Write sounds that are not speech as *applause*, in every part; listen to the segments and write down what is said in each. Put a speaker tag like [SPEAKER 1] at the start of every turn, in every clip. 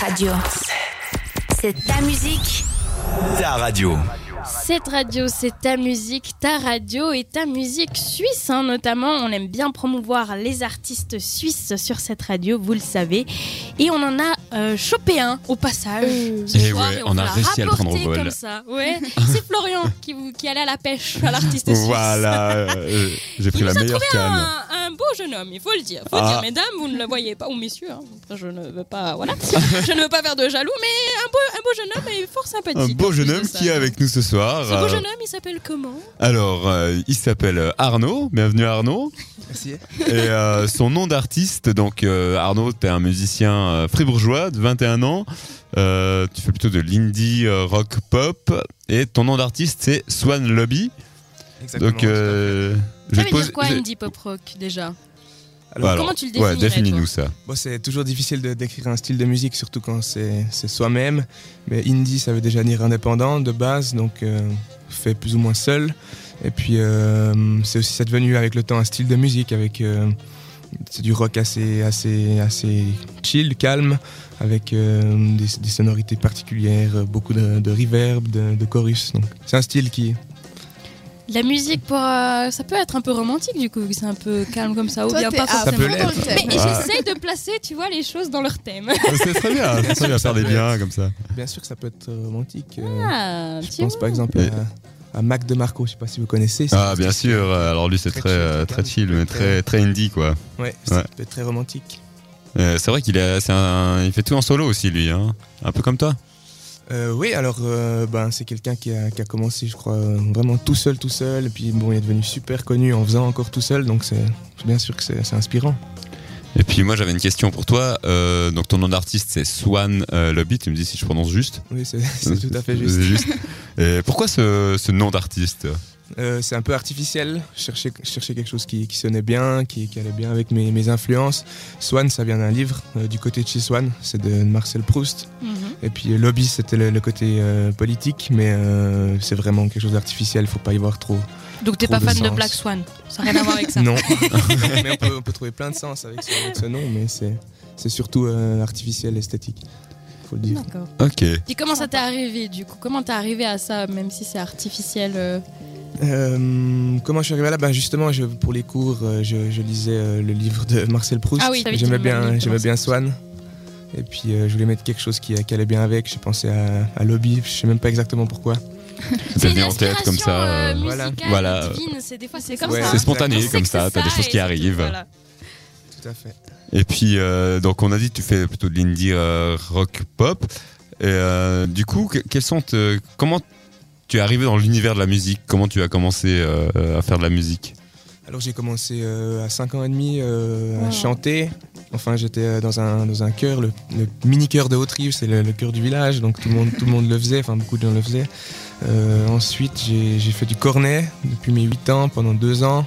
[SPEAKER 1] radio. C'est ta musique.
[SPEAKER 2] Ta radio.
[SPEAKER 3] Cette radio, c'est ta musique, ta radio et ta musique suisse hein, notamment. On aime bien promouvoir les artistes suisses sur cette radio, vous le savez. Et on en a euh, chopé un au passage. ce
[SPEAKER 4] Eh
[SPEAKER 3] soir,
[SPEAKER 4] ouais,
[SPEAKER 3] et
[SPEAKER 4] on a
[SPEAKER 3] vous l'a
[SPEAKER 4] réussi à le prendre au
[SPEAKER 3] rapporté
[SPEAKER 4] vol.
[SPEAKER 3] Comme ça. Ouais. c'est
[SPEAKER 4] *laughs*
[SPEAKER 3] Florian qui, vous- qui allait à la pêche à l'artiste suisse.
[SPEAKER 4] Voilà, euh, j'ai pris
[SPEAKER 3] Il nous
[SPEAKER 4] la
[SPEAKER 3] a
[SPEAKER 4] meilleure
[SPEAKER 3] trouvé
[SPEAKER 4] canne.
[SPEAKER 3] un, un beau jeune homme, il faut le dire. Faut
[SPEAKER 4] Ah.
[SPEAKER 3] dire, mesdames, vous ne le voyez pas, ou messieurs, hein. je ne veux pas, voilà. je ne veux pas faire de jaloux, mais un beau, un beau jeune homme et fort sympathique.
[SPEAKER 4] Un beau
[SPEAKER 3] en
[SPEAKER 4] jeune
[SPEAKER 3] plus
[SPEAKER 4] homme
[SPEAKER 3] de ça.
[SPEAKER 4] qui est avec nous ce soir.
[SPEAKER 3] Ce beau
[SPEAKER 4] Euh,
[SPEAKER 3] jeune homme, il s'appelle comment
[SPEAKER 4] Alors, euh, il s'appelle euh, Arnaud. Bienvenue Arnaud.
[SPEAKER 5] Merci. hein.
[SPEAKER 4] Et euh, son nom d'artiste, donc euh, Arnaud, t'es un musicien euh, fribourgeois de 21 ans. Euh, tu fais plutôt de l'indie euh, rock pop. Et ton nom d'artiste, c'est Swan Lobby.
[SPEAKER 5] Exactement.
[SPEAKER 4] Donc, euh, je
[SPEAKER 3] Ça
[SPEAKER 4] vais
[SPEAKER 3] veut
[SPEAKER 4] te pose-
[SPEAKER 3] dire quoi
[SPEAKER 4] je-
[SPEAKER 3] indie pop rock déjà
[SPEAKER 5] Alors,
[SPEAKER 4] Voilà.
[SPEAKER 3] Comment tu le
[SPEAKER 4] Ouais,
[SPEAKER 3] définirais
[SPEAKER 4] définis-nous ça.
[SPEAKER 5] Bon, c'est toujours difficile de décrire un style de musique, surtout quand c'est c'est soi-même. Mais indie, ça veut déjà dire indépendant de base, donc euh, fait plus ou moins seul. Et puis, euh, c'est aussi ça devenu avec le temps un style de musique, avec euh, c'est du rock assez, assez, assez chill, calme, avec euh, des, des sonorités particulières, euh, beaucoup de, de reverb, de, de chorus. Donc, c'est un style qui,
[SPEAKER 3] La musique pour, euh, ça peut être un peu romantique du coup, vu que c'est un peu calme comme ça, ou
[SPEAKER 6] Toi,
[SPEAKER 3] bien
[SPEAKER 6] t'es
[SPEAKER 3] pas
[SPEAKER 6] à
[SPEAKER 3] forcément.
[SPEAKER 5] Ça peut
[SPEAKER 6] fond dans le thème.
[SPEAKER 3] Mais
[SPEAKER 4] Ouais.
[SPEAKER 3] j'essaye de placer, tu vois, les choses dans leur thème.
[SPEAKER 4] c'est très bien, c'est très bien, faire des liens comme ça.
[SPEAKER 5] bien sûr, que ça peut être romantique. euh,
[SPEAKER 3] *laughs* Ah,
[SPEAKER 5] Je
[SPEAKER 3] tu
[SPEAKER 5] pense
[SPEAKER 3] vois.
[SPEAKER 5] par exemple
[SPEAKER 4] Et-
[SPEAKER 5] à, à Mac de Marco, je sais pas si vous connaissez. c'est-
[SPEAKER 4] Ah, bien sûr. euh, Alors lui, c'est
[SPEAKER 5] Très
[SPEAKER 4] très,
[SPEAKER 5] chill,
[SPEAKER 4] euh,
[SPEAKER 5] très
[SPEAKER 4] très
[SPEAKER 5] calme.
[SPEAKER 4] chill, mais très, très indie, quoi.
[SPEAKER 5] Ouais,
[SPEAKER 4] Ouais.
[SPEAKER 5] ça peut être très romantique.
[SPEAKER 4] Euh, c'est vrai qu'il est- c'est un- il fait tout en solo aussi, lui. hein. Un peu comme toi.
[SPEAKER 5] Euh, oui, alors euh, ben, c'est quelqu'un qui a, qui a commencé, je crois, euh, vraiment tout seul, tout seul. Et puis bon, il est devenu super connu en faisant encore tout seul, donc c'est bien sûr que c'est c'est inspirant.
[SPEAKER 4] Et puis moi, j'avais une question pour toi. Euh, donc ton nom d'artiste, c'est Swan euh, Lobby. Tu me dis si je prononce juste.
[SPEAKER 5] Oui, c'est *laughs* c'est tout à fait juste.
[SPEAKER 4] C'est Et pourquoi ce, ce nom d'artiste
[SPEAKER 5] Euh, c'est un peu artificiel. Je cherchais, je cherchais quelque chose qui, qui sonnait bien, qui, qui allait bien avec mes, mes influences. Swan, ça vient d'un livre euh, du côté de chez Swan, c'est de Marcel Proust.
[SPEAKER 3] Mhm.
[SPEAKER 5] Et puis euh, lobby, c'était le, le côté euh, politique, mais euh, c'est vraiment quelque chose d'artificiel, faut pas y voir trop.
[SPEAKER 3] Donc t'es
[SPEAKER 5] Trop
[SPEAKER 3] pas
[SPEAKER 5] de
[SPEAKER 3] fan de
[SPEAKER 5] sens.
[SPEAKER 3] Black Swan, ça n'a rien à voir
[SPEAKER 4] *laughs*
[SPEAKER 3] avec ça. *laughs*
[SPEAKER 5] Non. *laughs* mais on peut, on peut trouver plein de sens avec ce, avec ce nom, mais c'est c'est surtout euh, artificiel, esthétique. Faut le dire.
[SPEAKER 3] D'accord.
[SPEAKER 4] Ok.
[SPEAKER 3] Et comment ça t'est arrivé du coup Comment t'es arrivé à ça, même si c'est artificiel euh,
[SPEAKER 5] Euh, comment je suis arrivé là ben Justement, je, pour les cours, euh, je, je lisais euh, le livre de *laughs* Marcel Proust.
[SPEAKER 3] Ah oui, t'avais dit
[SPEAKER 5] j'aimais
[SPEAKER 3] le livre de
[SPEAKER 5] bien, j'aimais
[SPEAKER 3] Marcel
[SPEAKER 5] bien
[SPEAKER 3] Proust.
[SPEAKER 5] Swan. Et puis euh, je voulais mettre quelque chose qui, qui allait bien avec. J'ai pensé à, à Lobby, je sais même pas exactement pourquoi.
[SPEAKER 4] Ça vient en tête comme ça. euh,
[SPEAKER 3] euh,
[SPEAKER 5] voilà.
[SPEAKER 3] musicale,
[SPEAKER 4] Voilà.
[SPEAKER 3] divine, c'est des fois c'est comme
[SPEAKER 5] Ouais.
[SPEAKER 3] ça.
[SPEAKER 4] C'est spontané
[SPEAKER 3] On sait
[SPEAKER 4] comme
[SPEAKER 3] que
[SPEAKER 4] ça.
[SPEAKER 3] c'est
[SPEAKER 4] T'as des choses
[SPEAKER 3] et
[SPEAKER 4] qui
[SPEAKER 3] c'est tout,
[SPEAKER 4] arrivent.
[SPEAKER 3] voilà.
[SPEAKER 5] Tout à fait.
[SPEAKER 4] Et puis, euh, donc, on a dit que tu fais plutôt de l'indie euh, rock pop. Et, euh, du coup, que- quels sont te- comment tu es arrivé dans l'univers de la musique Comment tu as commencé euh, euh, à faire de la musique
[SPEAKER 5] Alors j'ai commencé euh, à 5 ans et demi euh,
[SPEAKER 3] Wow.
[SPEAKER 5] à chanter. Enfin j'étais euh, dans un, dans un chœur, le, le mini chœur de Haute-Rive, c'est le, le chœur du village, donc tout le, monde, tout le monde le faisait, enfin beaucoup de gens le faisaient. Euh, ensuite j'ai j'ai fait du cornet depuis mes 8 ans, pendant 2 ans.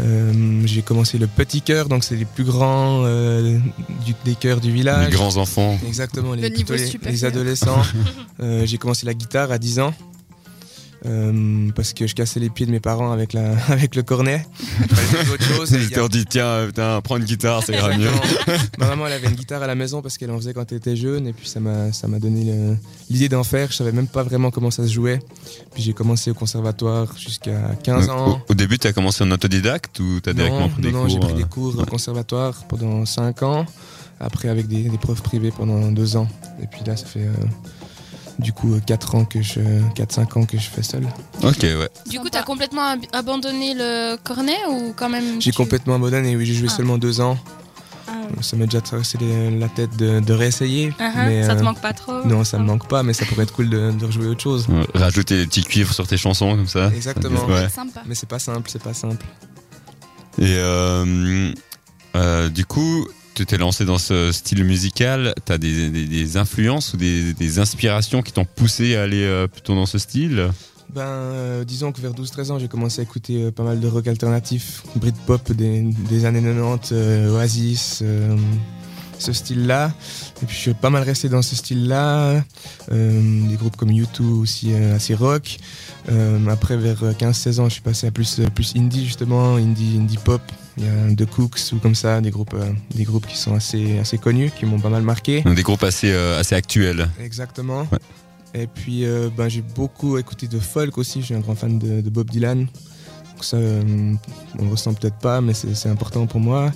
[SPEAKER 5] Euh, j'ai commencé le petit chœur, donc c'est les plus grands euh, du- des chœurs du
[SPEAKER 4] Les
[SPEAKER 5] village.
[SPEAKER 4] grands enfants
[SPEAKER 5] Exactement, les,
[SPEAKER 6] Le niveau
[SPEAKER 5] plutôt les-
[SPEAKER 6] supérieur. *laughs*
[SPEAKER 5] les adolescents. Euh, j'ai commencé la guitare à 10 ans. euh, parce que je cassais les pieds de mes parents avec, la, *laughs* avec le cornet. Il fallait trouver autre
[SPEAKER 4] *laughs*
[SPEAKER 5] chose. et il y
[SPEAKER 4] Ils
[SPEAKER 5] a-
[SPEAKER 4] t'ont dit, tiens, euh, putain, prends une guitare, ça
[SPEAKER 5] *laughs*
[SPEAKER 4] ira mieux.
[SPEAKER 5] Exactement. Ma maman, elle avait une guitare à la maison parce qu'elle en faisait quand elle était jeune. Et puis ça m'a ça m'a donné le- l'idée d'en faire. Je savais même pas vraiment comment ça se jouait. Puis j'ai commencé au conservatoire jusqu'à 15
[SPEAKER 4] Donc,
[SPEAKER 5] ans.
[SPEAKER 4] au, au début, tu as commencé en autodidacte ou tu as directement
[SPEAKER 5] non,
[SPEAKER 4] pris
[SPEAKER 5] non,
[SPEAKER 4] des
[SPEAKER 5] non, j'ai
[SPEAKER 4] cours
[SPEAKER 5] pris des
[SPEAKER 4] euh,
[SPEAKER 5] cours au conservatoire pendant 5 ans. Après, avec des, des profs privés pendant 2 ans. Et puis là, ça fait euh, du coup 4 ans que je 4-5 ans que je fais seul.
[SPEAKER 4] euh, Ok, ouais.
[SPEAKER 3] Du coup,
[SPEAKER 6] Sympa.
[SPEAKER 3] t'as complètement ab- abandonné le cornet ou quand même
[SPEAKER 5] J'ai
[SPEAKER 3] tu-
[SPEAKER 5] complètement abandonné, oui, j'ai joué
[SPEAKER 3] Ah.
[SPEAKER 5] seulement deux ans.
[SPEAKER 3] Ah ouais.
[SPEAKER 5] Ça m'est déjà traversé les- la tête de, de réessayer.
[SPEAKER 3] Ah ah,
[SPEAKER 5] mais,
[SPEAKER 3] ça te
[SPEAKER 5] euh,
[SPEAKER 3] manque pas Ah. trop
[SPEAKER 5] Non, ça me
[SPEAKER 3] va.
[SPEAKER 5] manque pas, mais ça pourrait être cool de, de rejouer autre chose.
[SPEAKER 4] Euh, Rajouter des petits cuivres sur tes chansons comme Ah, ça.
[SPEAKER 5] Exactement.
[SPEAKER 4] Ouais.
[SPEAKER 6] Sympa.
[SPEAKER 5] Mais c'est pas simple, c'est pas simple.
[SPEAKER 4] Et euh, euh, du coup, tu t'es lancé dans ce style musical. Tu as des, des- des influences ou des, des inspirations qui t'ont poussé à aller euh, plutôt dans ce style
[SPEAKER 5] Ben, euh, disons que vers 12-13 ans, j'ai commencé à écouter euh, pas mal de rock alternatif, Britpop des, des années 90, euh, Oasis, euh, ce style-là. Et puis je suis pas mal resté dans ce style-là. Euh, des groupes comme U2 aussi euh, assez rock. Euh, après, vers 15-16 ans, je suis passé à plus, euh, plus indie justement, indie, indie pop. Il y a The Cooks ou comme ça, des groupes, euh, des groupes qui sont assez, assez connus, qui m'ont pas mal marqué.
[SPEAKER 4] Des groupes assez, euh, assez actuels.
[SPEAKER 5] Exactement.
[SPEAKER 4] Ouais.
[SPEAKER 5] Et puis euh, ben, j'ai beaucoup écouté de folk aussi, je suis un grand fan de, de Bob Dylan. Donc ça, euh, on le ressent peut-être pas, mais c'est c'est important pour moi.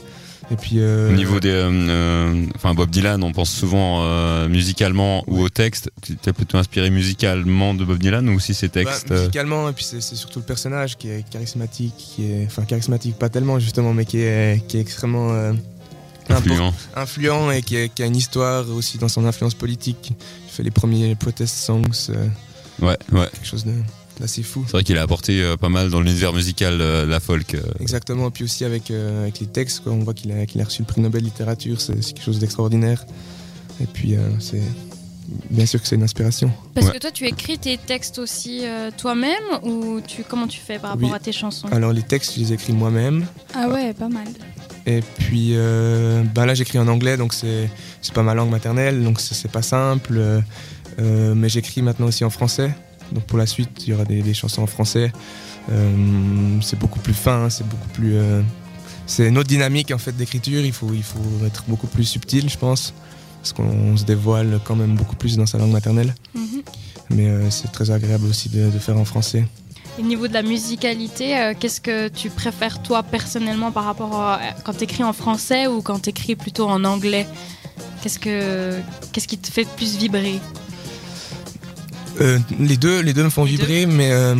[SPEAKER 5] Et puis, euh,
[SPEAKER 4] Au niveau des. euh, euh, enfin, Bob Dylan, on pense souvent euh, musicalement ou au texte. Tu t'es plutôt inspiré musicalement de Bob Dylan ou aussi ses textes
[SPEAKER 5] Bah,
[SPEAKER 4] euh,
[SPEAKER 5] musicalement, et puis c'est c'est surtout le personnage qui est charismatique, qui est, enfin charismatique pas tellement justement, mais qui est, qui est extrêmement euh, impor-
[SPEAKER 4] influents
[SPEAKER 5] influent et qui, est- qui a une histoire aussi dans son influence politique. Il fait les premiers protest songs, euh,
[SPEAKER 4] Ouais, ouais.
[SPEAKER 5] quelque chose de- d'assez fou.
[SPEAKER 4] C'est vrai qu'il a apporté euh, pas mal dans l'univers musical euh, de la folk. euh.
[SPEAKER 5] Exactement, et puis aussi avec, euh, avec les textes, quoi, on voit qu'il a, qu'il a reçu le prix Nobel littérature, c'est c'est quelque chose d'extraordinaire. Et puis euh, c'est bien sûr que c'est une inspiration.
[SPEAKER 3] Parce
[SPEAKER 4] Ouais.
[SPEAKER 3] que toi, tu écris tes textes aussi euh, toi-même ou tu comment tu fais par rapport
[SPEAKER 5] Oui.
[SPEAKER 3] à tes chansons
[SPEAKER 5] Alors les textes, je les écris moi-même.
[SPEAKER 2] Ah ouais, pas mal.
[SPEAKER 5] Et puis euh, ben là, j'écris en anglais, donc c'est c'est pas ma langue maternelle, donc c'est c'est pas simple. euh, euh, mais j'écris maintenant aussi en français. Donc pour la suite, il y aura des, des chansons en français. Euh, c'est beaucoup plus fin, hein, c'est beaucoup plus. euh, c'est une autre dynamique en fait d'écriture. Il faut, il faut être beaucoup plus subtil, je pense, parce qu'on se dévoile quand même beaucoup plus dans sa langue maternelle.
[SPEAKER 3] Mhm.
[SPEAKER 5] Mais euh, c'est très agréable aussi de, de faire en français.
[SPEAKER 3] Au niveau de la musicalité, euh, qu'est-ce que tu préfères toi personnellement par rapport à quand t'écris en français ou quand t'écris plutôt en anglais Qu'est-ce que qu'est-ce qui te fait plus *laughs* vibrer
[SPEAKER 5] Euh, les deux, les deux me font
[SPEAKER 3] Les deux.
[SPEAKER 5] vibrer, mais euh,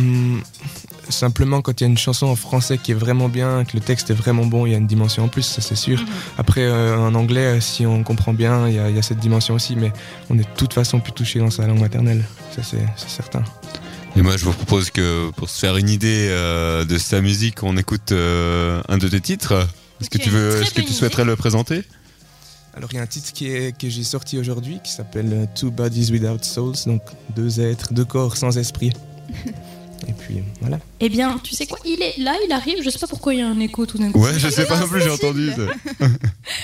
[SPEAKER 5] simplement quand il y a une chanson en français qui est vraiment bien, que le texte est vraiment bon, il y a une dimension en plus, ça c'est sûr.
[SPEAKER 3] Mhm.
[SPEAKER 5] Après, euh, en anglais, euh, si on comprend bien, il y, a- il y a cette dimension aussi, mais on est de toute façon plus touché dans sa langue maternelle, ça c'est c'est certain.
[SPEAKER 4] Et moi, je vous propose que pour se faire une idée euh, de sa musique, on écoute euh, un de tes titres. Est-ce que
[SPEAKER 3] Tu
[SPEAKER 4] tu
[SPEAKER 3] as une
[SPEAKER 4] veux,
[SPEAKER 3] très
[SPEAKER 4] est-ce que
[SPEAKER 3] bonne
[SPEAKER 4] tu souhaiterais le présenter
[SPEAKER 5] Alors il y a un titre qui est, que j'ai sorti aujourd'hui qui s'appelle euh, Two Bodies Without Souls, donc deux êtres, deux corps sans esprit.
[SPEAKER 3] *laughs*
[SPEAKER 5] Et puis voilà.
[SPEAKER 3] Eh bien, tu sais quoi Il est là, il arrive. Je sais pas pourquoi il y a un écho tout d'un coup.
[SPEAKER 4] Ouais, je sais pas non plus, j'ai entendu. ça.